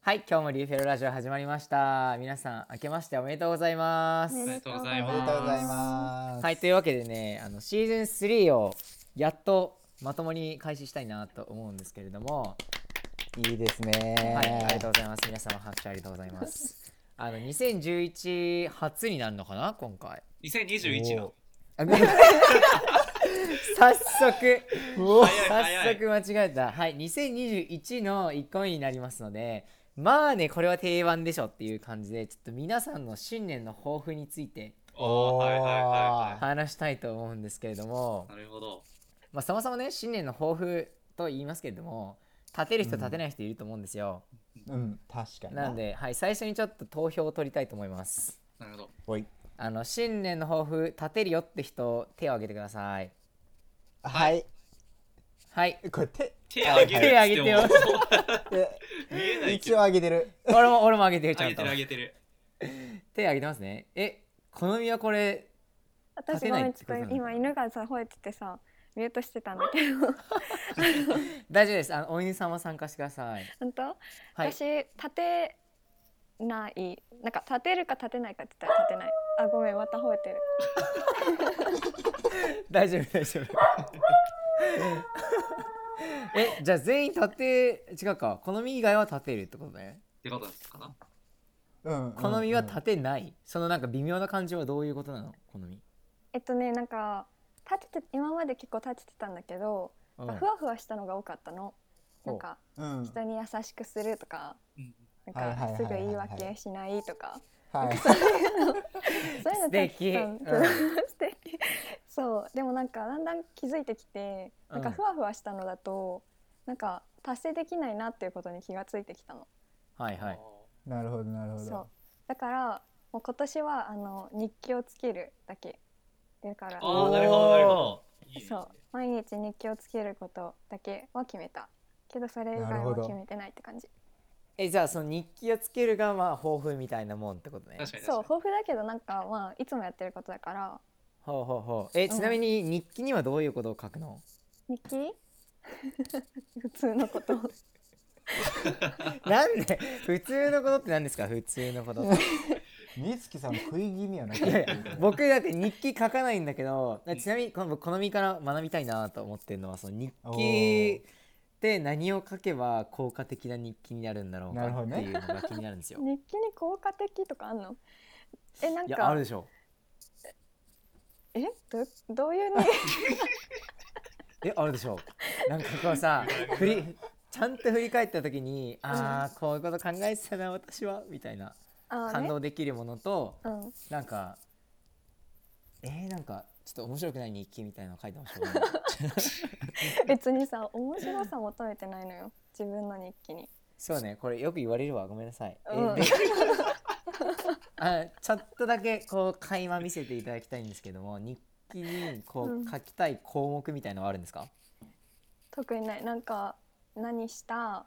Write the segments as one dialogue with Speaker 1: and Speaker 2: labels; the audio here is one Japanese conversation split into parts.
Speaker 1: はい、今日もリーフェロラジオ始まりました。皆さん、明けましておめでとうございま
Speaker 2: お
Speaker 1: す。
Speaker 2: めでとうござい
Speaker 3: お
Speaker 2: ま
Speaker 3: め
Speaker 2: す
Speaker 3: でとうございます。
Speaker 1: はい、というわけでね、あのシーズン3をやっとまともに開始したいなと思うんですけれども、
Speaker 3: いいですね。
Speaker 1: はい、ありがとうございます。皆様拍手ありがとうございます。あの2011初になるのかな今回。
Speaker 2: 2021の
Speaker 1: あごめん早速
Speaker 3: おー
Speaker 1: 早速間違えたはい2021の1個目になりますのでまあねこれは定番でしょっていう感じでちょっと皆さんの新年の抱負について
Speaker 2: おーはいはいは
Speaker 1: 話したいと思うんですけれども
Speaker 2: いはいなるほど
Speaker 1: まあそもそもね新年の抱負と言いますけれども立てる人立てない人いると思うんですよ、
Speaker 3: うん、確かに。
Speaker 1: なん。で、はい、最初にちょっと投票を取りたいと思います
Speaker 2: なるほど
Speaker 3: おい。
Speaker 1: あの新年の抱負立てるよって人手を挙げてください
Speaker 3: はい。
Speaker 1: はい
Speaker 3: これ手
Speaker 2: 手あげる
Speaker 1: 手あげてよ
Speaker 2: っつっても見えない
Speaker 3: え
Speaker 2: け
Speaker 3: 一
Speaker 2: ど
Speaker 3: 応上げてる。
Speaker 1: 俺も俺も上げてるち
Speaker 2: あ
Speaker 1: ゃ
Speaker 2: げ
Speaker 1: ん
Speaker 2: て
Speaker 1: と
Speaker 2: るあげてる
Speaker 1: 手挙げてますねえこの実はこれ立
Speaker 4: 私
Speaker 1: て
Speaker 4: ご
Speaker 1: ない
Speaker 4: め
Speaker 1: っ
Speaker 4: ん
Speaker 1: て
Speaker 4: ち
Speaker 1: こと
Speaker 4: ょ
Speaker 1: な
Speaker 4: っ
Speaker 1: の
Speaker 4: と今犬がさ吠えててさミュートしてたんだけど
Speaker 1: 大丈夫ですあのお犬さんも参加してください
Speaker 4: 本当、
Speaker 1: はい
Speaker 4: 私立てないなんか立てるか立てないかって言ったら立てないあごめんまた吠えてる
Speaker 1: 大丈夫大丈夫えじゃあ全員立て違うかこの実以外は立てるってことね
Speaker 2: ってことですかな
Speaker 3: うん。
Speaker 1: この実は立
Speaker 3: た。
Speaker 1: てない、そのなんか微妙な感じはどういうことなのこの実
Speaker 4: えっとねなんか立てて今まで結構立ててたんだけど、
Speaker 1: うん
Speaker 4: ふわふわしたのが多かったの
Speaker 1: ほう
Speaker 4: なんか
Speaker 3: うん。
Speaker 4: 人に優しくするとか
Speaker 2: うん
Speaker 4: なん
Speaker 3: はいはい
Speaker 4: か
Speaker 3: はいはい
Speaker 4: すぐ言い訳しないとか
Speaker 3: はい。
Speaker 4: そういうの
Speaker 1: 素敵
Speaker 4: たくさん 素敵そうでもなんかだんだん気づいてきてなん
Speaker 1: う
Speaker 4: か
Speaker 1: ん
Speaker 4: ふわふわしたのだと、なんか達成できないなっていうことに気がついてきたの
Speaker 1: はいはい
Speaker 3: なるほどなるほ
Speaker 4: そう
Speaker 3: ど。
Speaker 4: だからもう今年はあの日記をつけるだけだから
Speaker 2: あーなるほどなるほどいいね
Speaker 4: そう毎日日記をつけることだけは決めたけどそれ以外
Speaker 3: なるほ
Speaker 4: は
Speaker 3: ど
Speaker 4: 決めてないって感じ
Speaker 1: えじゃあその日記をつけるがまあ抱負みたいなもんってことね
Speaker 2: 確かに
Speaker 4: そう
Speaker 2: 確か
Speaker 4: 豊富だけどなんかまあいつもやってることだから
Speaker 1: ほうほうほうえちなみに日記にはどういうことを書くの
Speaker 4: 日記 普通のこと
Speaker 1: なんで普通のことって何ですか普通のことって
Speaker 3: みつきさん食い気味やな。
Speaker 1: いやいや僕だって日記書かないんだけどちなみにこのこの身から学びたいなと思ってるのはその日
Speaker 3: お
Speaker 1: 記
Speaker 3: ー
Speaker 1: って何を書けば効果的な日記になるんだろうか
Speaker 3: なるほど
Speaker 1: って
Speaker 3: ね
Speaker 1: いうのが気 になるんですよ。
Speaker 4: 日記に効果的とかあんのえなん
Speaker 1: いやあ
Speaker 4: か
Speaker 1: るでしょ
Speaker 4: えどうどうい うね
Speaker 1: えあるでしょなんかこうさ振りちゃんと振り返った時にああこういうこと考えてたな私はみたいな
Speaker 4: あー
Speaker 1: 感
Speaker 4: ね
Speaker 1: 動できるものと
Speaker 4: うん
Speaker 1: なんかえー、なんかちょっと面白くない日記みたいなの書いてましたね。
Speaker 4: 別にさ面白さ求めてないのよ自分の日記に
Speaker 1: そうね、これよく言われるわ、ごめんなさい。え
Speaker 4: うん
Speaker 1: であちょっとだけこう垣間見せていただきたいんですけども、日記にこ
Speaker 4: う
Speaker 1: うん書きたい項目みたいのはあるんですか？
Speaker 4: 特にないなんか何した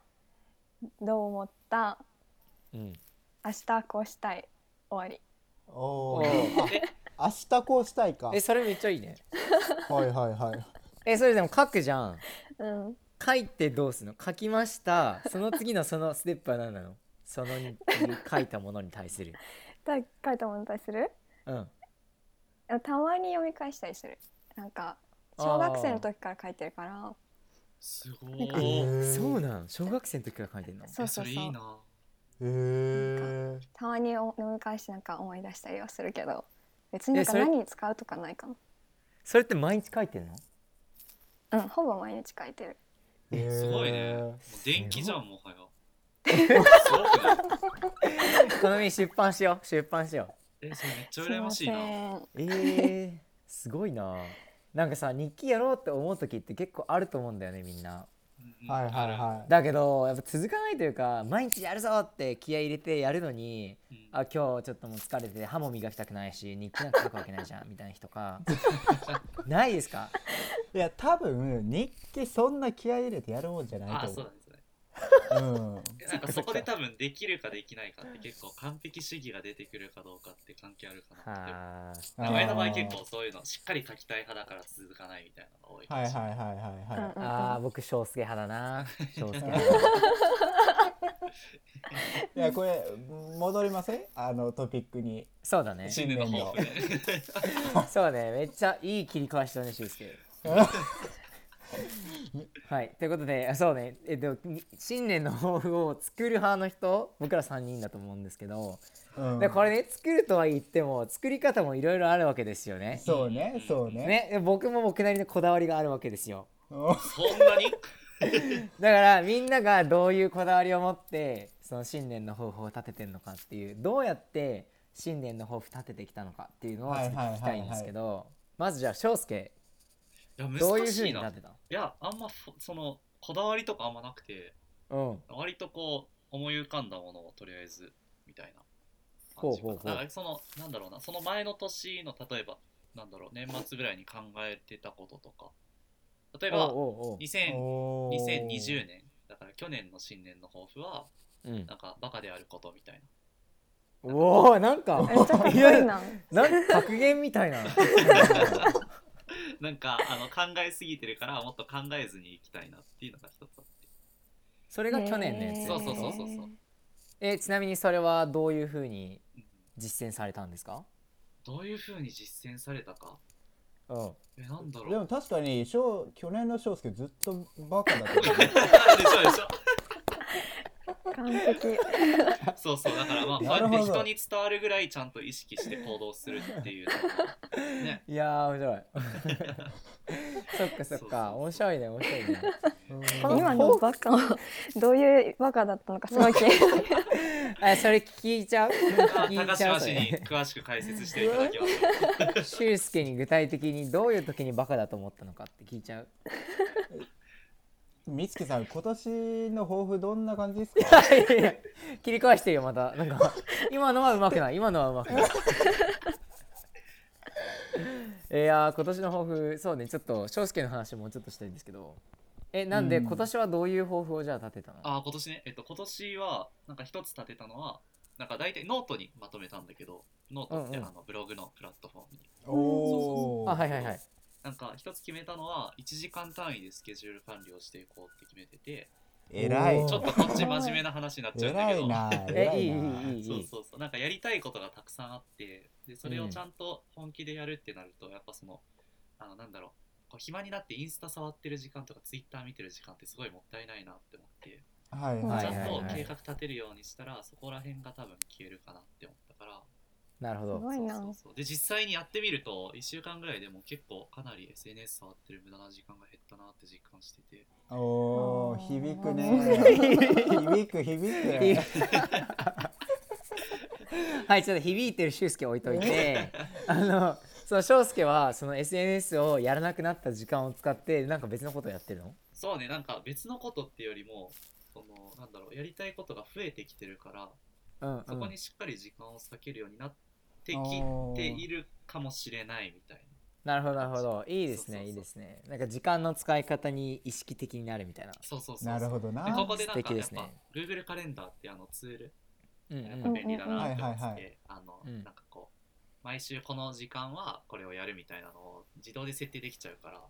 Speaker 4: どう思った
Speaker 1: うん。
Speaker 4: 明日こうしたい終わり
Speaker 3: お
Speaker 1: お
Speaker 3: お。
Speaker 1: ー
Speaker 3: あ明日こうしたいか。は
Speaker 1: え、
Speaker 3: い
Speaker 1: それめっちゃいいね。
Speaker 3: はいはい。
Speaker 1: え、それでも書くじゃん。
Speaker 4: うん
Speaker 1: 書いてどうすんの？書きました。その次のそのステップは何なの？その日記に書いたものに対する。
Speaker 4: だ書いたものに対する
Speaker 1: うん。
Speaker 4: でもたまに読み返したりするなんか小学生の時から書いてるから
Speaker 2: すご
Speaker 4: なんか
Speaker 2: ーい
Speaker 1: そうなん。小学生の時から書いてんの？
Speaker 4: そう
Speaker 2: や
Speaker 4: そ
Speaker 2: そうれ
Speaker 4: そ
Speaker 2: いいうな
Speaker 3: へえ。
Speaker 4: たまにお読み返してなんか思い出したりはするけど別になんか
Speaker 1: えそれ
Speaker 4: 何に使うとかないか
Speaker 1: それって毎日書いてんの？
Speaker 4: なうんほぼ毎日書いてる
Speaker 3: へー
Speaker 2: すごいねもう電気じゃんもはやすごくな い
Speaker 1: このみ出版しよう。出版しよう。
Speaker 2: えそれめっちゃ羨ましい
Speaker 4: す
Speaker 2: な
Speaker 4: ません
Speaker 1: えー、すごいななんかさ日記やろうって思う時って結構あると思うんだよねみんな
Speaker 3: はいはい
Speaker 2: い
Speaker 3: は
Speaker 1: だけどやっぱ続かないというか毎日やるぞって気合い入れてやるのにあ今日ちょっともう疲れて歯も磨きたくないし日記なんか書くわけないじゃんみたいな日とかないですか
Speaker 3: い。いや多分日記そんな気合い入れてやるもんじゃない
Speaker 2: あそう
Speaker 3: と思
Speaker 2: なんですね
Speaker 3: う。うん。
Speaker 2: えなんかそこで多分できるかできないかって結構完璧主義が出てくるかどうかって関係あるかなって
Speaker 1: はあ
Speaker 2: でも前の場合
Speaker 3: あー
Speaker 2: 結構そういうのしっかり書きたい派だから続かないみたいなのが多いか
Speaker 3: はい
Speaker 2: も
Speaker 3: は
Speaker 2: し
Speaker 3: い
Speaker 2: れない
Speaker 3: はいはい
Speaker 4: うんうん
Speaker 3: は
Speaker 4: うん
Speaker 1: あー僕翔介派だな翔介
Speaker 3: い。
Speaker 1: 派
Speaker 3: いやこれ戻りませんあのトピックに
Speaker 1: そうだね
Speaker 2: 新年の抱負ね。
Speaker 1: そうねめっちゃいい切り返しだねしゅうすけはいということであそうねえっとに新年の抱負を作る派の人僕ら3人だと思うんですけど、
Speaker 3: うん
Speaker 1: でこれね作るとは言っても作り方もいろいろあるわけですよね。
Speaker 3: そうねそうね
Speaker 1: ねで僕も僕なりのこだわりがあるわけですよ。
Speaker 3: うん
Speaker 2: そんなに
Speaker 1: だからみんながどういうこだわりを持ってその新年の抱負を立ててるのかっていうどうやって新年の抱負立ててきたのかっていうのをちょっと聞きたいんですけどまずじゃあ翔介
Speaker 2: いや、
Speaker 1: どうい
Speaker 2: 難
Speaker 1: うふう
Speaker 2: しい
Speaker 1: に
Speaker 2: な。
Speaker 1: 立
Speaker 2: い
Speaker 1: てた
Speaker 2: や、あんまそ、その、こだわりとかあんまなくて、
Speaker 1: のうん
Speaker 2: 割とこう、思い浮かんだものをとりあえず、みたいな
Speaker 1: ほ
Speaker 2: 感
Speaker 1: う
Speaker 2: じか
Speaker 1: ほうほう
Speaker 2: な。だから、その、なんだろうな、その前の年の、例えば、なんだろう、年末ぐらいに考えてたこととか、例え
Speaker 1: おう
Speaker 2: ば、
Speaker 1: おうおう
Speaker 2: 2000
Speaker 3: おー
Speaker 2: 2020年、だから去年の新年の抱負は、
Speaker 1: うん
Speaker 2: なんか、バカであることみたいな。
Speaker 1: おおなんか
Speaker 4: めっちゃかっこいい
Speaker 1: や
Speaker 4: な。
Speaker 1: なんか格言みたいな
Speaker 2: なんかあの考えすぎてるからもっと考えずにいきたいなっていうのが一つあって
Speaker 1: それが去年のやつ
Speaker 4: へー
Speaker 2: そうそうそうそうそう
Speaker 1: えちなみにそれはどういうふうに
Speaker 2: うん
Speaker 1: 実践されたんですか
Speaker 2: どういうふうに実践されたか
Speaker 1: うん
Speaker 2: えなんだろう
Speaker 3: でも確かに翔去年の翔介ずっとバカだったよね
Speaker 2: でしょでしょ
Speaker 4: 完璧。
Speaker 2: そうそうだからまあこう
Speaker 3: な
Speaker 2: や
Speaker 3: る
Speaker 2: っ
Speaker 3: ほど
Speaker 2: て人に伝わるぐらいちゃんと意識して行動するっていうのが ね
Speaker 1: いやー 面白いそっかそっ
Speaker 2: そうそう
Speaker 1: か
Speaker 2: そう
Speaker 1: 面白いね面白いね
Speaker 3: うん
Speaker 1: こ
Speaker 4: 今のバカはどういうバカだったのかすごい気になる。
Speaker 1: あそれ聞いちゃう
Speaker 2: あ
Speaker 1: 聞
Speaker 2: 高
Speaker 1: いちゃ
Speaker 2: 島
Speaker 1: うそ
Speaker 2: 氏に
Speaker 1: れ
Speaker 2: 詳しく解説していただきます
Speaker 1: 俊介に具体的にどういう時にバカだと思ったのかって聞いちゃう
Speaker 3: 美月さん今年の抱負どんな感じですか
Speaker 1: いやいや切り返してるよまたなんか今のはうまくない今のはうまくないいやー今年の抱負そうねちょっと俊介の話もちょっとしたいんですけどえなんで
Speaker 3: うん
Speaker 1: 今年はどういう抱負をじゃあ立てたの、
Speaker 2: あ今年ねえっと今年はなんか一つ立てたのはなんか大体ノートにまとめたんだけどノートって
Speaker 1: うんうん
Speaker 2: あのブログのプラットフォームに
Speaker 3: お
Speaker 1: あ
Speaker 3: ー
Speaker 1: はいはいはい
Speaker 2: なんか一つ決めたのは1時間単位でスケジュール管理をしていこうって決めてて
Speaker 3: 偉い
Speaker 2: ちょっとこっち真面目な話になっちゃうんだけ
Speaker 3: 偉
Speaker 2: ど
Speaker 3: いな偉
Speaker 1: えいいい
Speaker 3: い
Speaker 1: い
Speaker 3: な
Speaker 1: いい
Speaker 3: い
Speaker 1: い
Speaker 2: そうそうそうなんかやりたいことがたくさんあってでそれをちゃんと本気でやるってなるとやっぱそのあのなんだろうこう暇になってインスタ触ってる時間とかツイッター見てる時間ってすごいもったいないなって思って
Speaker 3: はい
Speaker 4: は
Speaker 3: はい
Speaker 2: ちゃ
Speaker 4: はい
Speaker 2: ん
Speaker 4: はい
Speaker 2: と計画立てるようにしたらそこら辺が多分消えるかなって思ったから
Speaker 1: なるほ
Speaker 4: す
Speaker 1: ど
Speaker 4: ごいな
Speaker 2: そう。そうで実際にやってみると1週間ぐらいでも結構かなり SNS 触ってる無駄な時間が減ったなって実感してて
Speaker 3: いおー響くね響く響く
Speaker 1: はいちょっと響いてる俊介置いとい てあのその俊介はその SNS をやらなくなった時間を使ってなんか別のことをやってるの
Speaker 2: そうねなんか別のことってよりもそのなんだろうやりたいことが増えてきてるから
Speaker 1: うん
Speaker 2: そこ
Speaker 1: うん
Speaker 2: にしっかり時間を割けるようになってき
Speaker 3: お
Speaker 2: て
Speaker 3: ー
Speaker 2: いるかもしれないみたいな
Speaker 1: なるほどなるほどいいです
Speaker 2: そうそうそ
Speaker 1: ね
Speaker 2: う
Speaker 1: いいですねなんか時間の使い方に意識的になるみたいな
Speaker 2: そうそうそうそう
Speaker 3: なるほど
Speaker 2: でこ
Speaker 3: な
Speaker 2: こでな
Speaker 1: 素
Speaker 2: んか
Speaker 1: 敵
Speaker 2: や
Speaker 1: で
Speaker 2: っ
Speaker 1: す
Speaker 2: ぱ
Speaker 1: ね
Speaker 2: Google カレンダーってあのツール
Speaker 1: うんう
Speaker 2: やっぱ
Speaker 1: ん
Speaker 2: 便利だなって思ってて、
Speaker 3: うんうんはいはいは
Speaker 2: あの、
Speaker 1: うん
Speaker 2: なんかこう毎週この時間はこれをやるみたいなのを自動で設定できちゃうから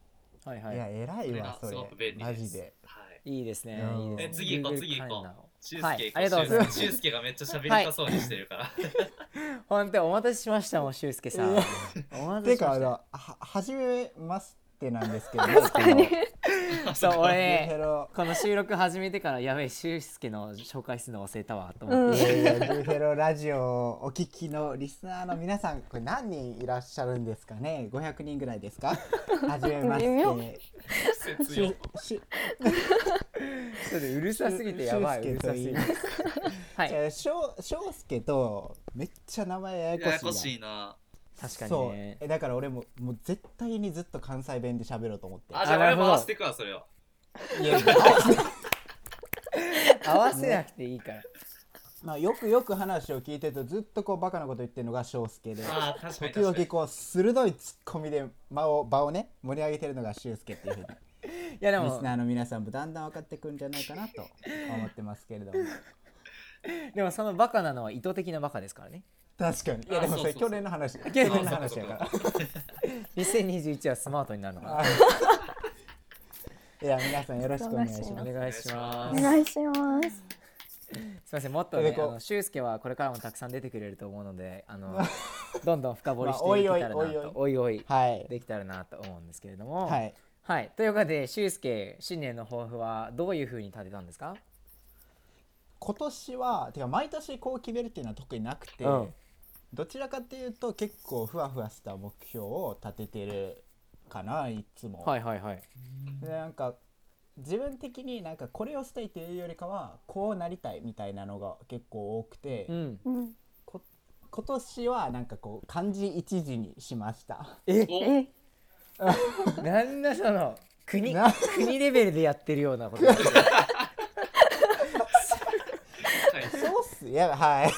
Speaker 1: はい
Speaker 3: い
Speaker 1: は
Speaker 3: や
Speaker 1: い
Speaker 3: 偉い
Speaker 2: れ
Speaker 3: わ
Speaker 2: が
Speaker 3: そ
Speaker 2: す
Speaker 3: れ
Speaker 2: ごく便利です
Speaker 3: マジで
Speaker 2: はい
Speaker 1: いいですね
Speaker 3: うん
Speaker 1: いいですね
Speaker 2: え次行こう
Speaker 1: Google
Speaker 2: 次行こう
Speaker 1: カレンダーを
Speaker 2: シュ
Speaker 1: は
Speaker 2: ウスケ
Speaker 1: い
Speaker 2: 行こ
Speaker 1: ありがとうございます
Speaker 2: シュウスケがめっちゃ喋りたそうにしてるから、
Speaker 1: 本当にお待たせしましたもう俊介さん
Speaker 3: いや
Speaker 1: お待たせ
Speaker 3: て
Speaker 1: しま
Speaker 3: かあ
Speaker 1: し
Speaker 3: の
Speaker 1: た
Speaker 3: は初めましてなんです けどね
Speaker 4: 確かに
Speaker 3: この
Speaker 1: そう俺 ね
Speaker 3: ヘロ
Speaker 1: この収録始めてからやべえ俊介の紹介するの忘れたわと思って
Speaker 4: うん。
Speaker 3: えールーヘロラジオをお聞きのリスナーの皆さんこれ何人いらっしゃるんですかね500人ぐらいですかはじめまし
Speaker 4: 微妙
Speaker 3: て
Speaker 2: 節よ
Speaker 3: し
Speaker 1: ち
Speaker 3: ゅ
Speaker 1: ょっとうるさすぎてやばい、う
Speaker 3: 俊
Speaker 1: る
Speaker 3: 介
Speaker 1: さ
Speaker 3: と
Speaker 1: すぎ
Speaker 3: 言い
Speaker 1: て
Speaker 3: ま。
Speaker 1: はい、
Speaker 3: えーしょうしょうすけとめっちゃ名前ややこしい
Speaker 2: や
Speaker 3: な
Speaker 2: やこしいな
Speaker 1: 確か
Speaker 3: そ
Speaker 1: に
Speaker 3: う
Speaker 1: ね。
Speaker 3: えだから俺ももう絶対にずっと関西弁で喋ろうと思って
Speaker 2: あじゃあ
Speaker 1: なる
Speaker 2: 俺
Speaker 1: ほど
Speaker 2: 回してくわそれを
Speaker 3: いや
Speaker 1: 合わせなくていいから。
Speaker 3: まあ、よくよく話を聞いてるとずっとこうバカなこと言ってるのが翔介で
Speaker 2: あー確かに
Speaker 3: 時
Speaker 2: 確
Speaker 3: 々
Speaker 2: かに
Speaker 3: こう鋭いツッコミで間を場をね盛り上げてるのが俊介っていうふうに
Speaker 1: いや、で
Speaker 3: リス
Speaker 1: も、
Speaker 3: ナーの皆さんもだんだん分かってくるんじゃないかなと思ってますけれども
Speaker 1: でも、そのバカなのは意図的なバカですからね。
Speaker 3: 確かにいやでもそ
Speaker 2: あそうそう
Speaker 3: れ
Speaker 2: そう
Speaker 3: 去年の話去
Speaker 1: 年
Speaker 3: 年の話やから
Speaker 2: あそっかそっか
Speaker 1: 2021はスマートになるのか
Speaker 3: いや皆さんよろしくお願いします
Speaker 1: な。お願いしま
Speaker 4: お
Speaker 1: す。
Speaker 4: 願いします。
Speaker 1: すみませんもっとねあ
Speaker 3: でこう
Speaker 1: の俊介はこれからもたくさん出てくれると思うのであ のどんどん深掘りして
Speaker 3: まあ
Speaker 1: いけたらなと、
Speaker 3: お
Speaker 1: お
Speaker 3: い
Speaker 1: い
Speaker 3: お
Speaker 1: お
Speaker 3: い
Speaker 1: い
Speaker 3: はい。
Speaker 1: できたらなと思うんですけれども
Speaker 3: はい。
Speaker 1: はい、ということで俊介新年の抱負はどういうふうに立てたんですか
Speaker 3: 今年はてか毎年こう決めるっていうのは特になくて、
Speaker 1: うん
Speaker 3: どちらかっていうと結構ふわふわした目標を立ててるかないつも。
Speaker 1: はいはいはい
Speaker 3: でなんか自分的になんかこれをしたいっていうよりかはこうなりたいみたいなのが結構多くて、
Speaker 1: うん
Speaker 4: うん、
Speaker 3: こ今年はなんかこう漢字一字にしました。
Speaker 1: え
Speaker 2: お
Speaker 4: え
Speaker 1: なんだその国
Speaker 3: な
Speaker 1: 国レベルでやってるような ことやってる
Speaker 3: そうっすい やはい。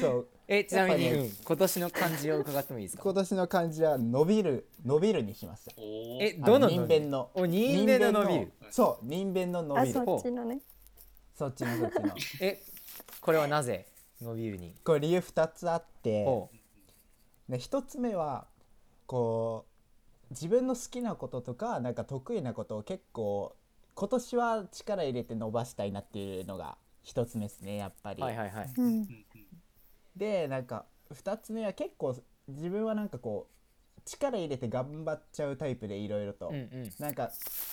Speaker 3: そう
Speaker 1: えちなみに、
Speaker 3: やっぱ
Speaker 1: う
Speaker 3: ね
Speaker 1: ん今年の漢字を伺ってもいいですか
Speaker 3: 今年の漢字は伸びる伸びるにしました。
Speaker 2: お
Speaker 1: え
Speaker 2: ー
Speaker 1: どの
Speaker 3: あ人弁の
Speaker 1: お人弁の伸びる
Speaker 3: 人弁のそう人弁の伸
Speaker 4: あ
Speaker 3: びる
Speaker 4: そっちのね
Speaker 3: そっちのそっちの。
Speaker 1: えこれはなぜ伸びるに
Speaker 3: これ理由2つあって
Speaker 1: ほ
Speaker 3: ね一つ目はこう自分の好きなこととかなんか得意なことを結構今年は力入れて伸ばしたいなっていうのが一つ目ですねやっぱり。
Speaker 1: うはいはいはい
Speaker 4: うん
Speaker 2: うんうん
Speaker 3: でなんか2つ目は結構自分はなんかこう力入れて頑張っちゃうタイプでいろいろと。
Speaker 1: うんうん
Speaker 3: なんか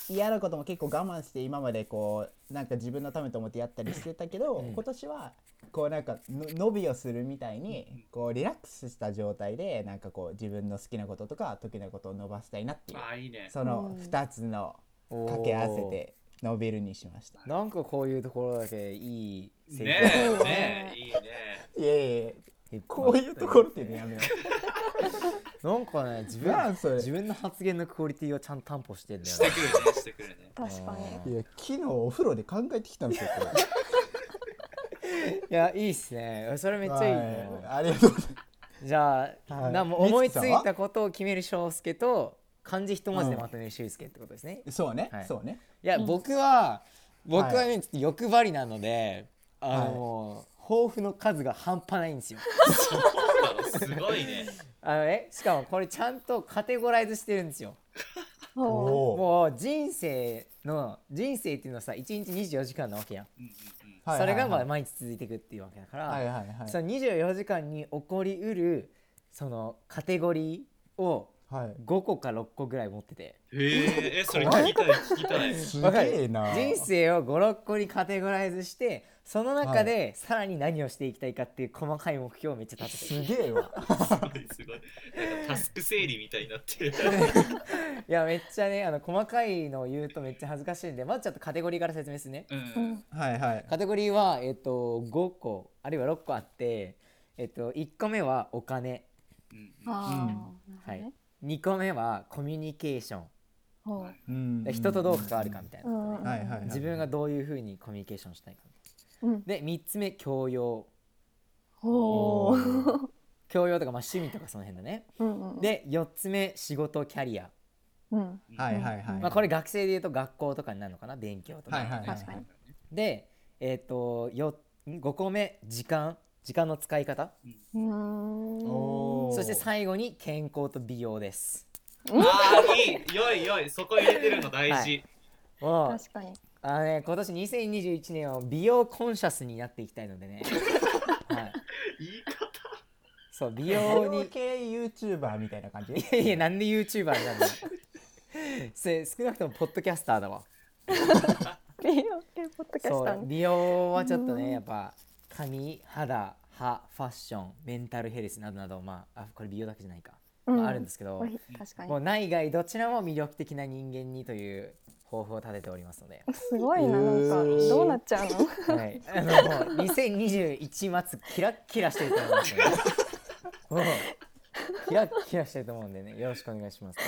Speaker 3: 嫌なことも結構我慢して今までこうなんか自分のためと思ってやったりしてたけど、
Speaker 1: うん
Speaker 3: 今年はこうなんかの伸びをするみたいにこうリラックスした状態でなんかこう自分の好きなこととか得意なことを伸ばしたいなっていう
Speaker 2: あーいいね
Speaker 3: その2つの
Speaker 1: おー
Speaker 3: 掛け合わせて伸びるにしました。
Speaker 1: なんかこういうところだけいい
Speaker 2: ね
Speaker 1: セリフ
Speaker 2: え
Speaker 4: そう
Speaker 2: ね
Speaker 4: ね
Speaker 2: えいいね
Speaker 3: いやいやいや
Speaker 1: 引っ張って
Speaker 3: こういうところっていうのやめよう。
Speaker 1: なんかね自
Speaker 3: なん
Speaker 1: 分
Speaker 3: それ
Speaker 1: 自分の発言のクオリティをちゃんと担保してんだよ
Speaker 2: してくるねしてくるね
Speaker 4: 確
Speaker 1: あ
Speaker 4: かに
Speaker 3: いや昨日お風呂で考えてきたんですよ。 これ
Speaker 1: ねいやいいっすねそれめっちゃいいね
Speaker 3: はありがとうございます。
Speaker 1: じゃあ、
Speaker 3: はい
Speaker 1: なんも
Speaker 3: ミツキ
Speaker 1: 思いつ
Speaker 3: さんはい
Speaker 1: たことを決める翔介と漢字一文字でまとめる俊介ってことですね、い
Speaker 3: そうね、
Speaker 1: はい
Speaker 3: そうね。
Speaker 1: や僕は僕はねちょっと欲張りなのであの
Speaker 3: はい
Speaker 1: もう抱負の数が半端ないん ですよ
Speaker 2: そうなのすごいね
Speaker 1: あのえしかもこれちゃんとカテゴライズしてるんですよ
Speaker 4: ほ
Speaker 3: おー
Speaker 1: もう人生の人生っていうのはさ1日24時間なわけやん、
Speaker 2: うんうんうん
Speaker 3: はい
Speaker 1: それが
Speaker 3: はいは
Speaker 1: ま
Speaker 3: い
Speaker 1: あ毎日続いていくっていうわけだから、
Speaker 3: はいはいはい。
Speaker 1: その24時間に起こりうるそのカテゴリーを
Speaker 3: はい。
Speaker 1: 5個か6個ぐらい持ってて
Speaker 2: へええそれ聞きたい聞きたい
Speaker 3: す
Speaker 1: わかる
Speaker 3: げえな。
Speaker 1: 人生を56個にカテゴライズしてその中でさらに何をしていきたいかっていう細かい目標をめっちゃ立ててる
Speaker 3: すげえわ。
Speaker 2: すごいすごいなんかタスク整理みたいになってる
Speaker 1: いやめっちゃねあの細かいのを言うとめっちゃ恥ずかしいんでまずちょっとカテゴリーから説明するね
Speaker 2: う
Speaker 4: うんん
Speaker 3: はいはい。
Speaker 1: カテゴリーは、えっと5個あるいは6個あって、えっと1個目はお金、
Speaker 2: うんうん
Speaker 4: ああ、
Speaker 1: は
Speaker 4: なる
Speaker 1: い、2個目はコミュニケーション
Speaker 4: ほど
Speaker 2: は
Speaker 4: ね
Speaker 2: い
Speaker 3: うん
Speaker 1: で人とどう関わるかみたいな、
Speaker 4: ほううんうん
Speaker 3: はいはい
Speaker 1: 自分がどういうふうにコミュニケーションしたいかみ
Speaker 4: うん
Speaker 1: たいなで3つ目教養
Speaker 4: ほう
Speaker 1: 教養とか、まあ、趣味とかその辺だね
Speaker 4: うんうん
Speaker 1: で4つ目仕事キャリア、
Speaker 4: うん
Speaker 3: はいはいはい。
Speaker 1: まあ、これ学生でいうと学校とかになるのかな勉強とか、
Speaker 3: はいはいはい
Speaker 4: 確かに
Speaker 1: で、えっとよ5個目時間時間の使い方
Speaker 4: うーん
Speaker 3: おー
Speaker 1: そして最後に健康と美容です
Speaker 2: ああいい良い良いそこ入れてるの大事、
Speaker 1: はいもう
Speaker 4: 確かに
Speaker 1: あのね今年2021年を美容コンシャスになっていきたいので ね、はい、
Speaker 2: 言い方
Speaker 1: そう美容に
Speaker 3: 系ユーチューバーみたいな感じ。
Speaker 1: いやいやなんで YouTuber になるのそれ少なくともポッドキャスターだわ
Speaker 4: 美容系ポッドキャス
Speaker 1: そ
Speaker 4: ター
Speaker 1: う
Speaker 4: ね
Speaker 1: 美容はちょっと
Speaker 4: うん
Speaker 1: ねやっぱ髪肌歯ファッションメンタルヘルスなどなどまああこれ美容だけじゃないか、
Speaker 4: うん
Speaker 1: まあ、あるんですけど
Speaker 4: おい確か
Speaker 1: もう
Speaker 4: に
Speaker 1: 内外どちらも魅力的な人間にという抱負を立てておりますので、
Speaker 4: すごいな
Speaker 3: え
Speaker 4: なん
Speaker 3: ー
Speaker 4: かどうなっちゃうの
Speaker 1: はい、あのもう2021末キラッキラしてると思いますのでもうキラッキラしてると思うんでねよろしくお願いします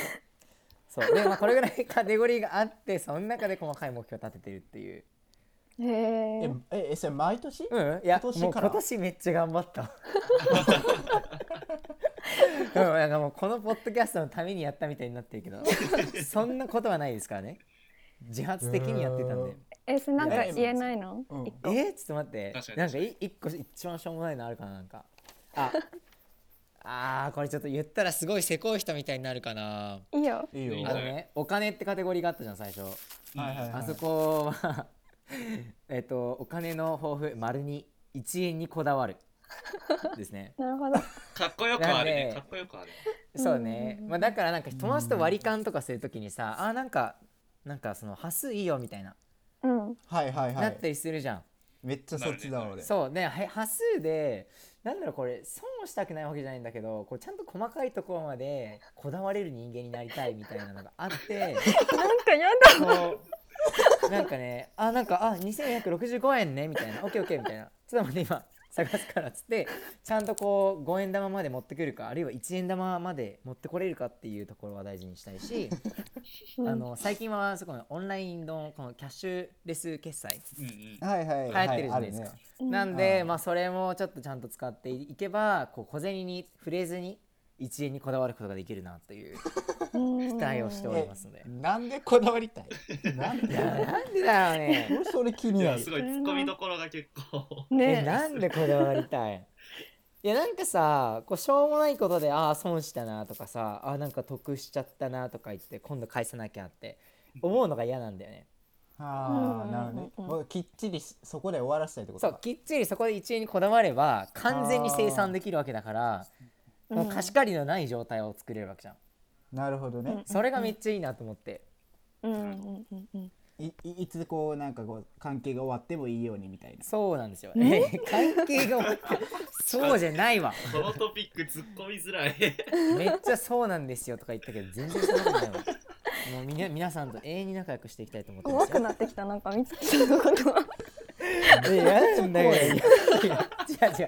Speaker 1: そうでまあこれぐらいカテゴリーがあってその中で細かい目標を立ててるっていう
Speaker 4: へえ
Speaker 3: えええそれ毎年？
Speaker 1: うんいや
Speaker 3: 今
Speaker 1: もう
Speaker 3: 年から
Speaker 1: 今年めっちゃ頑張ったうんなんかもうこのポッドキャストのためにやったみたいになってるけどそんなことはないですからね自発的にやってたんで
Speaker 4: えそれなんか
Speaker 3: え
Speaker 4: 言えないの
Speaker 3: うん
Speaker 4: 一個
Speaker 1: えー、ちょっと待って
Speaker 2: 確かに
Speaker 1: なんかい一個一番しょうもないのあるかななんかあ あーこれちょっと言ったらすごいせこい人みたいになるかない
Speaker 4: いよ
Speaker 3: いい
Speaker 2: いい
Speaker 1: あの
Speaker 3: よ。
Speaker 1: ねお金ってカテゴリーがあったじゃん最初
Speaker 3: はいはいはい
Speaker 1: あそこは えっとお金の抱負丸に1円にこだわるです ね
Speaker 4: なるほど。
Speaker 2: かっこよくある
Speaker 1: なん
Speaker 2: ね
Speaker 1: で
Speaker 2: かっこよくある
Speaker 1: そうね、
Speaker 4: うん
Speaker 1: まあ、だからなんか友達と割り勘とかするときにさ、あーなんかなんかその端数いいよみたいな、
Speaker 4: うん。
Speaker 3: はいはいは
Speaker 1: ないったりするじゃん
Speaker 3: めっちゃそっちだ
Speaker 2: なるね
Speaker 3: 俺
Speaker 1: そうねは端数でなんだろうこれ損をしたくないわけじゃないんだけどこうちゃんと細かいところまでこだわれる人間になりたいみたいなのがあって
Speaker 4: なんかや
Speaker 1: こうなんかねあなんかあ2465円ねみたいなオッケーオッケーみたいなちょっと待って今探すからっつってちゃんとこう5円玉まで持ってくるかあるいは1円玉まで持ってこれるかっていうところは大事にしたいし。
Speaker 4: だ。
Speaker 1: あの最近はそこのオンラインのこのキャッシュレス決済
Speaker 2: うんうん
Speaker 3: はいはい
Speaker 1: 流行ってるじゃないですか
Speaker 3: はあるね
Speaker 4: うん。
Speaker 1: なんで、
Speaker 3: うん
Speaker 1: まあ、それもちょっとちゃんと使っていけばこう小銭に触れずに1円にこだわることができるなという
Speaker 4: 期
Speaker 1: 期待をしておりますので。
Speaker 3: なんでこだわりたいなん
Speaker 1: い
Speaker 3: で
Speaker 1: やなんでだろうね。
Speaker 3: 俺それ気
Speaker 2: い
Speaker 3: にな
Speaker 2: や
Speaker 3: る
Speaker 2: すごいツッコミどころが結構
Speaker 1: え
Speaker 4: ね
Speaker 1: なんでこだわりたいいやなんかさこうしょうもないことでああ損したなとかさあーなんか得しちゃったなとか言って今度返さなきゃって思うのが嫌なんだよね。
Speaker 3: あ
Speaker 4: う
Speaker 3: あ
Speaker 4: ん
Speaker 3: なるほどね
Speaker 4: うん
Speaker 3: もうきっちりしそこで終わらせたいってこと
Speaker 1: そ
Speaker 3: か
Speaker 1: うきっちりそこで1円にこだわれば完全に生産できるわけだから
Speaker 4: うん
Speaker 1: もう貸し借りのない状態を作れるわけじゃん
Speaker 3: なるほどね
Speaker 1: それがめっちゃいいなと思って
Speaker 4: うんうんうんうん。
Speaker 3: いいいつこうなんかこう関係が終わってもいいようにみたいな
Speaker 1: そうなんですよね関係が終わってそうじゃないわ
Speaker 2: このトピックツッコみづらい
Speaker 1: めっちゃそうなんですよとか言ったけど全然そうなんないわもうみな皆さんと永遠に仲良くしていきたいと思ってま
Speaker 4: 怖
Speaker 1: す
Speaker 4: く
Speaker 1: よ
Speaker 4: なってきたなんか見つけ たことは。
Speaker 1: いやなんだよいやいや違う違う違う違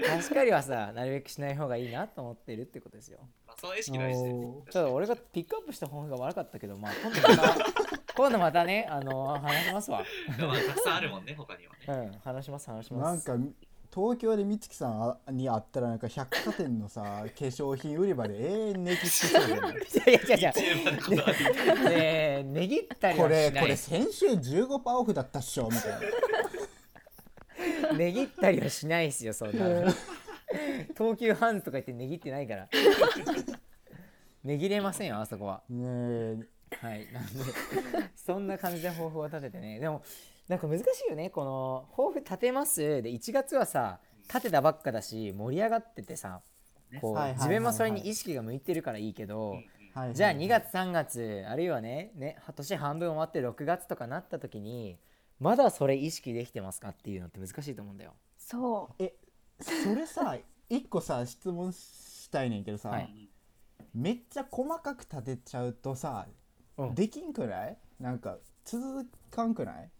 Speaker 1: う貸し借りはさなるべくしない方がいいなと思ってるってことですよ
Speaker 2: まあその意識大事だよね
Speaker 3: お
Speaker 1: ちょっと俺がピックアップした方が悪かったけど、まあ、今度また今度またね、あの話しますわ。
Speaker 2: まあたくさんあるもんね他にはね
Speaker 1: うん、話します、話し
Speaker 3: な
Speaker 1: ま
Speaker 3: ん
Speaker 1: す。
Speaker 3: か東京で美月さんあに会ったらなんか百貨店のさ化粧品売り場で永遠値切ってそうじゃない
Speaker 1: いやいやいや
Speaker 2: 一円までこだわり
Speaker 1: いや、ねえ、値切ったり
Speaker 3: こ
Speaker 1: は
Speaker 3: れ
Speaker 1: しな
Speaker 3: こ
Speaker 1: い
Speaker 3: れ。先週15%オフだったっしょみたいな
Speaker 1: 値切ったりはしないですよ、そんなの。東急ハンズとか言って値切ってないから。値切れませんよ、あそこは。
Speaker 3: ね
Speaker 1: はい、なんで、そんな感じで抱負を立ててね、でも、なんか難しいよね、この抱負立てますで、1月はさ、立てたばっかだし、盛り上がっててさ。こ
Speaker 3: はいうはいはいはい
Speaker 1: 自分もそれに意識が向いてるからいいけ
Speaker 2: う
Speaker 1: ど
Speaker 2: んう、ん
Speaker 3: え、はいはい
Speaker 1: じゃあ2月3月あるいはねね年半分終わって6月とかなった時にまだそれ意識できてますかっていうのって難しいと思うんだよ。
Speaker 4: そ
Speaker 3: えそれさ一個さ質問したいねんけどさ、
Speaker 1: は
Speaker 2: う
Speaker 1: い
Speaker 2: ん
Speaker 3: めっちゃ細かく立てちゃうとさ、
Speaker 1: うん
Speaker 3: できんくないなんか続かんくない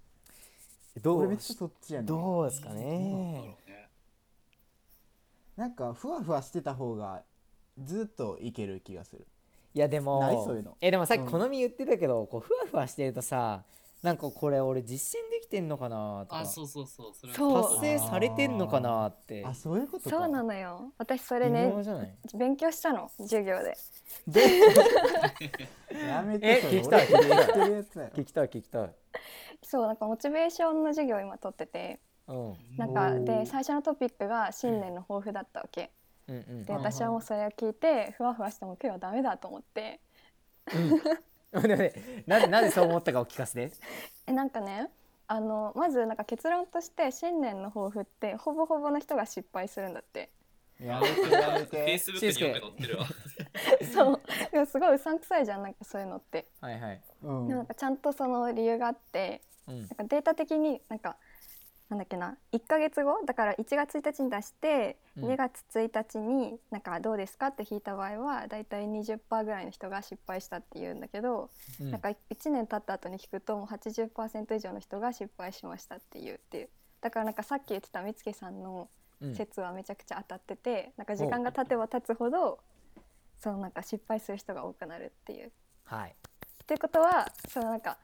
Speaker 1: ど
Speaker 3: 俺め
Speaker 1: う
Speaker 3: っちゃそっちやねん
Speaker 1: どうですか
Speaker 2: うんなる
Speaker 1: ね。
Speaker 2: ほどね
Speaker 3: なんかふわふわしてた方がずっといける気がする
Speaker 1: いやで
Speaker 3: ない
Speaker 1: も
Speaker 3: そういうの
Speaker 1: えでもさっき
Speaker 3: うん
Speaker 1: 好み言ってたけどこうふわふわしてるとさなんかこれ俺実践できてんのかなと
Speaker 2: あ
Speaker 1: か
Speaker 2: そうそうそうそれは
Speaker 4: そ
Speaker 1: 達
Speaker 4: う
Speaker 1: 成されてんのかなって
Speaker 3: あそういうこと
Speaker 4: う
Speaker 3: か
Speaker 4: そうなのよ。私それ
Speaker 1: 微
Speaker 4: ね
Speaker 1: 妙じゃない
Speaker 4: 勉強したの授業で。
Speaker 3: やめ
Speaker 1: え
Speaker 3: て
Speaker 1: 聞きたい
Speaker 3: 俺が言ってるやつだよ
Speaker 1: 聞きたい聞きたい。
Speaker 4: そうなんかモチベーションの授業を今取ってて。
Speaker 1: うん
Speaker 4: なんか
Speaker 3: おー
Speaker 4: で最初のトピックが新年の抱負だったわけ、
Speaker 1: うんうん
Speaker 4: で
Speaker 3: はいはい
Speaker 4: 私はもうそれを聞いてふわふわしても今日はダメだと思って
Speaker 1: うん。 でもねなぜなぜそう思ったかお聞かせて。
Speaker 4: えなんかねあのまずなんか結論として新年の抱負ってほぼほぼの人が失敗するんだって
Speaker 3: やめてやめ
Speaker 2: フェイ
Speaker 3: て
Speaker 2: スブックによく載ってるわ
Speaker 4: そうでもすごいうさんくさいじゃんなんかそういうのって、
Speaker 1: はいはい。
Speaker 3: うん
Speaker 4: でもなんかちゃんとその理由があって
Speaker 1: うん
Speaker 4: なんかデータ的になんかなんだっけな1ヶ月後だから1月1日に出して
Speaker 1: うん
Speaker 4: 2月1日になんかどうですかって引いた場合はだいたい20%ぐらいの人が失敗したって言うんだけど、
Speaker 1: うん
Speaker 4: なんか1年経った後に聞くともう80%以上の人が失敗しましたっていうっていうだからなんかさっき言ってた美月さんの
Speaker 1: うん
Speaker 4: 説はめちゃくちゃ当たってて、なんか時間が経てば経つほどそのなんか失敗する人が多くなるっていう
Speaker 1: はい。
Speaker 4: ってことはそのなんか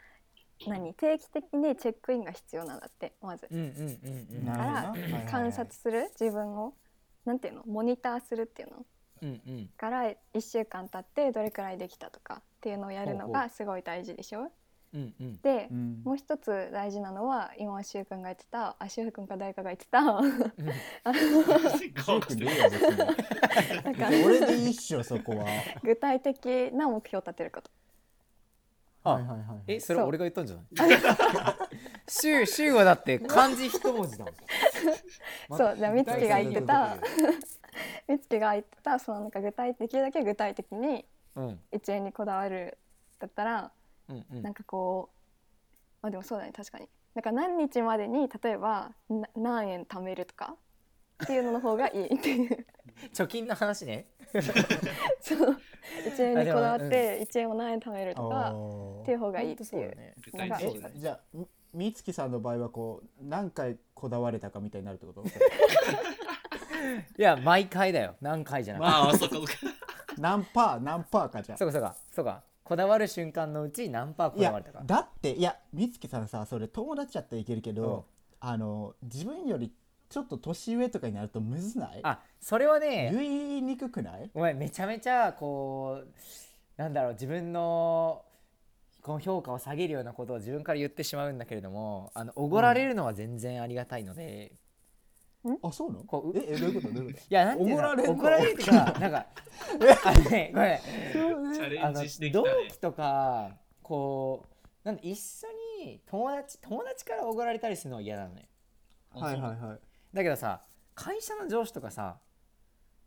Speaker 4: 何定期的にチェックインが必要なんだってまず
Speaker 1: うんうんうんうん。
Speaker 3: なるほ
Speaker 4: か
Speaker 3: どなはいはいはい
Speaker 4: 観察する自分をなんていうのモニターするっていうの
Speaker 1: うんうん。
Speaker 4: から1週間経ってどれくらいできたとかっていうのをやるの
Speaker 1: ほうほ
Speaker 4: がすごい大事でしょ
Speaker 1: うんうん。
Speaker 4: で、
Speaker 3: うん
Speaker 4: もう一つ大事なのは今柊君が言ってたあ柊君か誰かが言って たなん
Speaker 2: 顔
Speaker 3: 強
Speaker 2: し
Speaker 3: く
Speaker 2: て
Speaker 3: ね
Speaker 2: る
Speaker 3: えよ別に
Speaker 4: か
Speaker 3: 俺でいいっしょそこは
Speaker 4: 具体的な目標を立てること
Speaker 1: あ、
Speaker 3: はいはいはいはい
Speaker 1: えそれ俺が言ったんじゃない 週週はだって漢字一文字だもん
Speaker 4: そうじゃあ美月が言って
Speaker 1: 大
Speaker 4: た美月が言ってたそのなんか具体できるだけ具体的に
Speaker 1: うん
Speaker 4: 一円にこだわるだったら
Speaker 1: うんうん
Speaker 4: なんかこうあでもそうだね確かになんか何日までに例えばな何円貯めるとかっていうのの方がいいっていう
Speaker 1: 貯金の話ね
Speaker 4: そう1円
Speaker 1: あ
Speaker 4: に
Speaker 1: で
Speaker 4: こ
Speaker 1: も
Speaker 4: だわって1円を何円貯めるとか
Speaker 3: おー
Speaker 4: っていう方がいい
Speaker 1: ほ
Speaker 4: っ
Speaker 1: んと
Speaker 4: て
Speaker 1: そう
Speaker 4: い
Speaker 1: だ
Speaker 4: う
Speaker 1: ね
Speaker 2: 具体的
Speaker 4: そう
Speaker 2: に
Speaker 4: だ
Speaker 3: えじゃあみみつきさんの場合はこう何回こだわれたかみたいになるってこ と
Speaker 1: いや毎回だよ何回じゃなくて、
Speaker 2: まあ、そこか。
Speaker 3: 何パー何パーかじゃあ
Speaker 1: そうかそうかそうかこだわる瞬間のうち何パーこ
Speaker 3: い
Speaker 1: だわ
Speaker 3: や
Speaker 1: れたか
Speaker 3: だっていやみつきさんさそれ友達やったらいけるけ
Speaker 1: うん
Speaker 3: ど、あの自分よりちょっと年上とかになるとむずない
Speaker 1: あそれはね
Speaker 3: 言いにくくない
Speaker 1: お前めちゃめちゃこうなんだろう自分のこの評価を下げるようなことを自分から言ってしまうんだけれどもあのおごられるのは全然ありがたいので、
Speaker 3: あそうな
Speaker 1: こ
Speaker 3: の
Speaker 1: う
Speaker 3: ええどういうことどういうこ
Speaker 1: いやなんていうの
Speaker 3: おごられるの
Speaker 1: おごられるっていうかなんかあのねごめん
Speaker 2: チャレ
Speaker 1: あ
Speaker 2: ン
Speaker 1: の
Speaker 2: ジしてきた
Speaker 1: 同
Speaker 2: ね。
Speaker 1: 期とかこうなんで一緒に友達友達からおごられたりするのは嫌なのよ
Speaker 3: とはいはいはい
Speaker 1: だけどさ会社の上司とかさ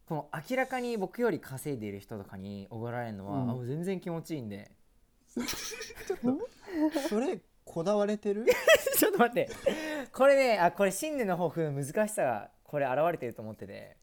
Speaker 1: この明らかに僕より稼いでいる人とかにおごられるのは、
Speaker 3: うん
Speaker 1: あもう全然気持ちいいんで
Speaker 3: それこだわれてる
Speaker 1: ちょっと待ってこれねあこれ新年の抱負の難しさがこれ現れてると思ってて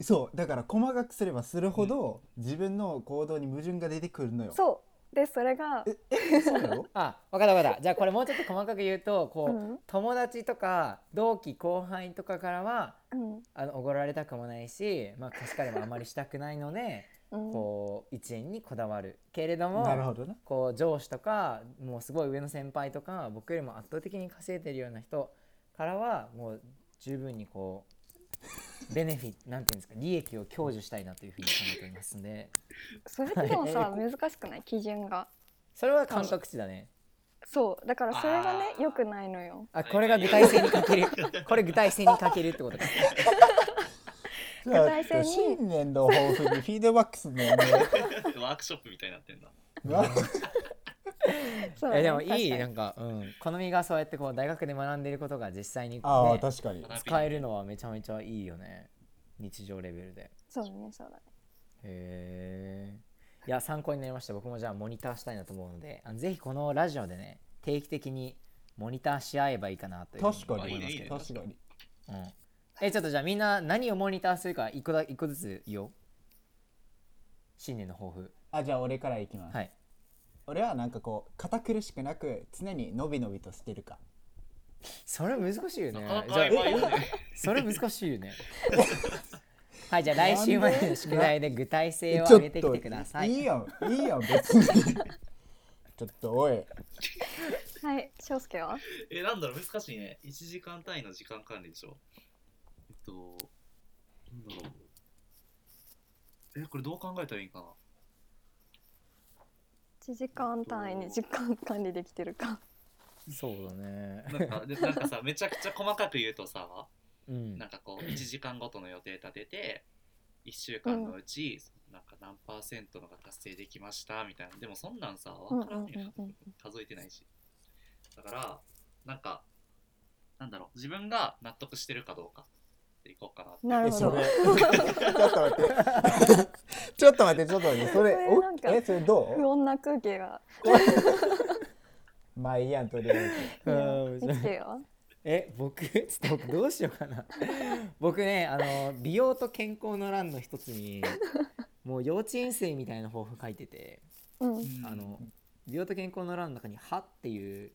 Speaker 3: そうだから細かくすればするほど、自分の行動に矛盾が出てくるのよ
Speaker 4: そうでそれが
Speaker 3: えそうなの
Speaker 1: あ分かった分かったじゃあこれもうちょっと細かく言うとこう、
Speaker 4: うん
Speaker 1: 友達とか同期後輩とかからは
Speaker 4: うん
Speaker 1: あのおごられたくもないし、まあ、貸し借りもあまりしたくないので
Speaker 4: うん
Speaker 1: こう一円にこだわるけれども
Speaker 3: なるほどな
Speaker 1: こう上司とかもうすごい上の先輩とか僕よりも圧倒的に稼いでるような人からはもう十分にこうベネフィットなんていうんですか利益を享受したいなというふうに考えていますんで
Speaker 4: それってでもさ難しくない基準が
Speaker 1: それは感覚値だね
Speaker 4: そうだからそれが
Speaker 2: あ
Speaker 4: ね
Speaker 2: ー
Speaker 4: 良くないのよ
Speaker 1: あこれが具体性に欠けるこれ具体性に欠けるってことか
Speaker 3: 具
Speaker 4: 体性に
Speaker 3: 新年の抱負にフィードバックするのよね
Speaker 2: ワークショップみたいになってんだ。
Speaker 3: な
Speaker 4: そう
Speaker 1: えでもいい
Speaker 4: 確か
Speaker 1: な
Speaker 4: に
Speaker 1: んか、うん、好みがそうやってこう大学で学んでいることが実際に
Speaker 3: ああ、
Speaker 1: ね、
Speaker 3: 確かに
Speaker 1: 使えるのはめちゃめちゃいいよね日常レベルでへ
Speaker 4: そうねそうだね
Speaker 1: えいや参考になりました僕もじゃあモニターしたいなと思うのであのぜひこのラジオでね定期的にモニターし合えばいいかなというふう
Speaker 3: 確か
Speaker 2: い
Speaker 1: 思
Speaker 2: い
Speaker 1: いま
Speaker 2: ね
Speaker 1: す
Speaker 2: いい
Speaker 3: に
Speaker 2: ね
Speaker 3: 確かに
Speaker 1: うんえちょっとじゃあみんな何をモニターするか一個だ一個ずつ言おう新年の抱負
Speaker 3: あじゃあ俺からいきます、
Speaker 1: はい
Speaker 3: 俺はなんかこう堅苦しくなく常にのびのびとしてるか
Speaker 1: それ難しいよね
Speaker 2: なかな
Speaker 1: じゃ
Speaker 2: か
Speaker 1: あ
Speaker 2: やばいよね。
Speaker 1: それ難しい よね。はい、じゃあ来週までの宿題で具体性を
Speaker 3: ちょ
Speaker 1: 上げ
Speaker 3: っ
Speaker 1: てき
Speaker 3: と
Speaker 1: てください。
Speaker 3: いいやんいいやん別にちょっとおい
Speaker 4: はい翔介は
Speaker 2: え、なんだろう、難しいね。1時間単位の時間管理でしょ。えっと、なんだろう。え、これどう考えたらいいんかな。
Speaker 4: 1時間単位に時間管理できてるか
Speaker 1: そうだね。
Speaker 2: なんか、でなんかさ、めちゃくちゃ細かく言うとさ、
Speaker 1: うん
Speaker 2: なん。かこう、1時間ごとの予定立てて、1週間のうち、なんか何パーセントのが達成できましたみたいな。でもそんなんさ、わからんや
Speaker 4: うんう
Speaker 2: ん
Speaker 4: んうんうん。
Speaker 2: 数えてないし。だから、なんか、なんだろう、自分が納得してるかどうかっていこうかなって。
Speaker 4: な
Speaker 3: え
Speaker 4: るほ
Speaker 3: そ
Speaker 4: ど
Speaker 3: れちょっと待って ちょっと待ってちょっと待ってそれ
Speaker 4: それ
Speaker 3: お
Speaker 4: なんか
Speaker 3: えそれど
Speaker 4: 不穏な空気が
Speaker 3: うまあいいやんとりあえ
Speaker 4: いや
Speaker 1: うん
Speaker 4: 見つけよ
Speaker 1: え、僕、ちょっと僕どうしようかな。 僕ね、あの美容と健康の欄の一つに。もう幼稚園生みたいな抱負書いてて、
Speaker 4: うん
Speaker 1: あの美容と健康の欄の中に歯っていう。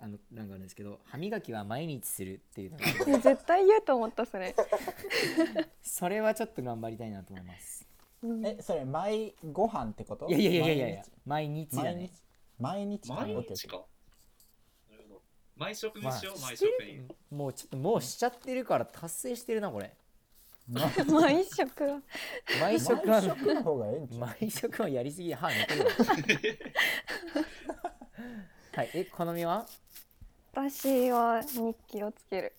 Speaker 1: あの欄があるんですけど、歯磨きは毎日するっていうのが。
Speaker 4: いや絶対言うと思ったそれ
Speaker 1: それはちょっと頑張りたいなと思います。
Speaker 4: うん
Speaker 3: ず えそれ毎ご飯ってこと
Speaker 1: いやいやいやいやいや、毎日だ
Speaker 3: 毎
Speaker 1: ね
Speaker 3: 日。毎日毎
Speaker 2: 毎
Speaker 3: 日
Speaker 2: 日か。なるほど毎食に
Speaker 1: まあ
Speaker 2: しよう、毎
Speaker 1: して
Speaker 2: 食
Speaker 1: る
Speaker 2: に。
Speaker 1: もうちょっともうしちゃってるから達成してるなこれ
Speaker 4: 毎食は
Speaker 1: 毎
Speaker 3: 毎
Speaker 1: 食は
Speaker 3: 食の方がええんちゃう
Speaker 1: 毎食はやりすぎ歯抜けるわはいえ好みは
Speaker 4: 私は日記をつける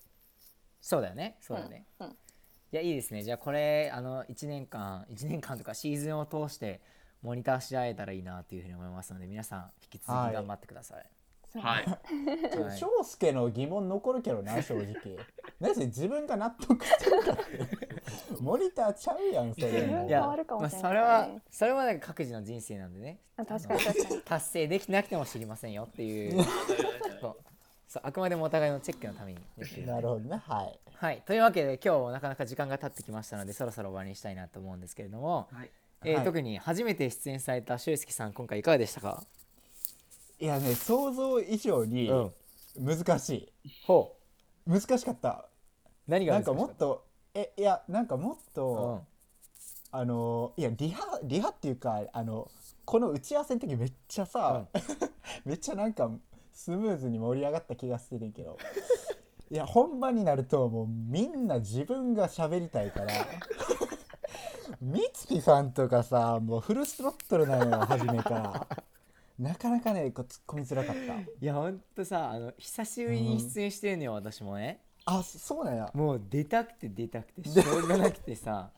Speaker 1: そうだよねそうだよね、
Speaker 4: うんうん
Speaker 1: いやいいですねじゃあこれあの1年間1年間とかシーズンを通してモニターし合えたらいいなというふうに思いますので皆さん引き続き
Speaker 3: はい
Speaker 1: 頑張ってください。
Speaker 2: はい。
Speaker 1: はい
Speaker 3: 翔介の疑問残るけどな正直何せ自分が納得してるかってモニターちゃうやんそれ
Speaker 4: い
Speaker 3: も
Speaker 4: や
Speaker 3: う
Speaker 4: 変わるかもしれないから
Speaker 1: まあそ
Speaker 4: ね
Speaker 1: れはそれはなんか各自の人生なんでね
Speaker 4: あ確かに確かに
Speaker 1: 達成できなくても知りませんよっていう そうそうあくまでもお互いのチェックのためにできる
Speaker 3: なるほどねはい
Speaker 1: はいというわけで今日もなかなか時間が経ってきましたのでそろそろ終わりにしたいなと思うんですけれども、
Speaker 2: はい
Speaker 1: えー
Speaker 3: はい
Speaker 1: 特に初めて出演された俊介さん今回いかがでしたか、
Speaker 3: いやね想像以上に
Speaker 1: うん
Speaker 3: 難しい、
Speaker 1: ほ
Speaker 3: 難しかった
Speaker 1: う何が
Speaker 3: なん
Speaker 1: 難し
Speaker 3: かもっとえいやなんかもっ
Speaker 1: う
Speaker 3: と、
Speaker 1: ん
Speaker 3: あのいやリハリハっていうかあのこの打ち合わせの時めっちゃさ、 めっちゃなんかスムーズに盛り上がった気がするんやけど いや本番になるともうみんな自分が喋りたいから 美月さんとかさもうフルスロットルなのよ初めからなかなかねこう突っ込みづらかった
Speaker 1: いやほんとさあの久しぶりに出演してるのよ、私もね
Speaker 3: あそうなんや
Speaker 1: もう出たくて出たくてしょうがなくてさ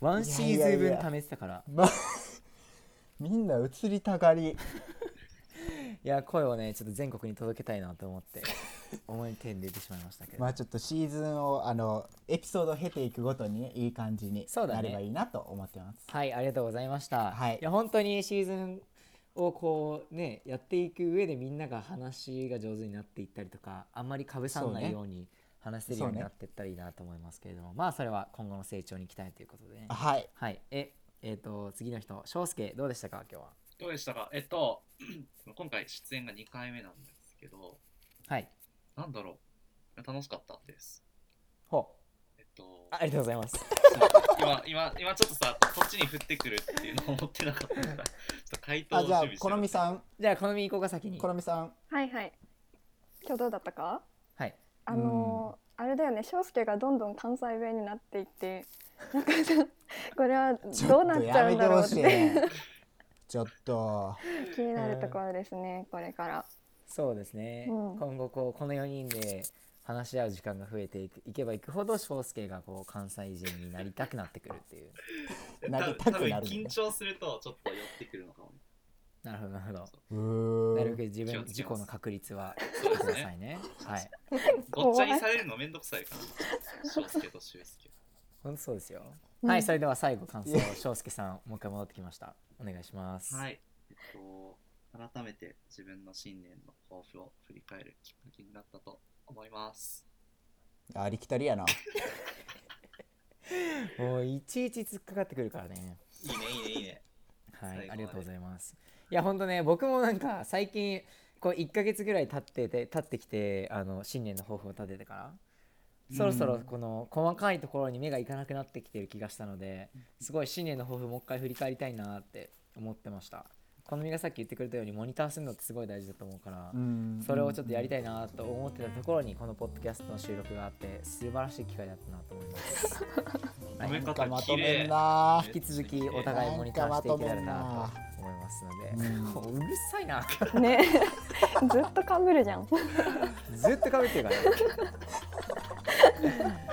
Speaker 1: ワンシーズン分貯めてたから
Speaker 3: ま みんな映りたがり
Speaker 1: いや声をねちょっと全国に届けたいなと思って思い手に出てしまいましたけど、
Speaker 3: まあちょっとシーズンをあのエピソードを経ていくごとにいい感じに
Speaker 1: そうだ
Speaker 3: な
Speaker 1: ね
Speaker 3: ればいいなと思ってます。
Speaker 1: はいありがとうございました、
Speaker 3: はい
Speaker 1: や本当にシーズンをこうねやっていく上でみんなが話が上手になっていったりとかあんまりかぶさんな
Speaker 3: そう
Speaker 1: い
Speaker 3: ね
Speaker 1: ように話せるようになっていったらいいなと思いますけれども、まあそれは今後の成長に期待ということでね
Speaker 3: はい、
Speaker 1: はいええー、と次の人翔介どうでしたか今日は
Speaker 2: どうでしたかえっと、今回出演が2回目なんですけど、
Speaker 1: はい
Speaker 2: なんだろう楽しかったです。
Speaker 1: ほう
Speaker 2: えっと、
Speaker 1: あありがとうございます
Speaker 2: 今、今、今ちょっとさ、こっちに降ってくるっていうのを思ってなかったから、ちょっと回答を
Speaker 3: あ
Speaker 2: 準
Speaker 3: じゃあ
Speaker 2: 備して
Speaker 3: このみさん
Speaker 1: じゃあこのみ行こうか先に
Speaker 3: このみさん
Speaker 4: はいはい今日どうだったか
Speaker 1: はい
Speaker 4: あのーあれだよね翔介がどんどん関西弁になっていってなんかさこれはどうなっちゃうんだろうっ
Speaker 3: ちょっとや
Speaker 4: て
Speaker 3: めてほしいちょっと
Speaker 4: 気になるところですねこれから
Speaker 1: そうですね、
Speaker 4: うん
Speaker 1: 今後こうこの4人で話し合う時間が増えていくいけばいくほど翔介がこう関西人になりたくなってくるっていう
Speaker 3: 投げ
Speaker 2: 多
Speaker 3: た
Speaker 2: 分
Speaker 3: くなるん
Speaker 2: 緊
Speaker 3: だ
Speaker 2: 張すると、ちょっと寄ってくるのかも。
Speaker 1: なるほどなるほど
Speaker 3: う
Speaker 1: なる
Speaker 3: ー
Speaker 1: べ
Speaker 3: ん
Speaker 1: く自
Speaker 2: 気
Speaker 1: 分
Speaker 2: をつけます
Speaker 1: 事故の確率は
Speaker 2: そうです
Speaker 1: く
Speaker 2: ね
Speaker 1: ださいねはい
Speaker 2: ごっちゃにされるのめんどくさい から。翔介と修介。
Speaker 1: 本当そうですよ、
Speaker 4: うん
Speaker 1: はいそれでは最後感想を翔介さんもう一回戻ってきましたお願いします、
Speaker 2: はいい。えっと、改めて自分の新年の抱負を振り返るきっかけになったと思います。
Speaker 3: ありきたりやな
Speaker 1: もういちいち突っかかってくるからね
Speaker 2: いいね、いいね、いいね。
Speaker 1: は
Speaker 2: 最後
Speaker 1: い、
Speaker 2: まで
Speaker 1: ありがとうございます。いや、本当ね、僕もなんか最近、こう1ヶ月ぐらい経ってて、経ってきて、あの新年の抱負を立ててから。そろそろこの細かいところに目がいかなくなってきてる気がしたので、すごい新年の抱負もう一回振り返りたいなって思ってました。このみがさっき言ってくれたようにモニターするのってすごい大事だと思うから、
Speaker 3: うん
Speaker 1: それをちょっとやりたいなと思ってたところにこのポッドキャストの収録があって素晴らしい機会だったなと思います。
Speaker 2: 褒め
Speaker 3: なんか
Speaker 2: 方
Speaker 3: まと
Speaker 2: 綺
Speaker 3: め
Speaker 2: 麗
Speaker 3: ん。な
Speaker 1: 引き続きお互いモニターしていけたらなと思いますので、もううるさいな。
Speaker 4: ね ずっとかぶるじゃん
Speaker 1: ずっとかぶってるからね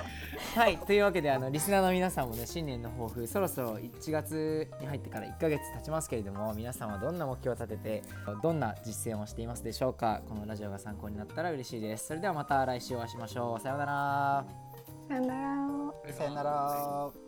Speaker 1: はいというわけであのリスナーの皆さんもね新年の抱負そろそろ1月に入ってから1ヶ月経ちますけれども皆さんはどんな目標を立ててどんな実践をしていますでしょうかこのラジオが参考になったら嬉しいですそれではまた来週お会いしましょうさようなら
Speaker 4: さよなら
Speaker 3: さよなら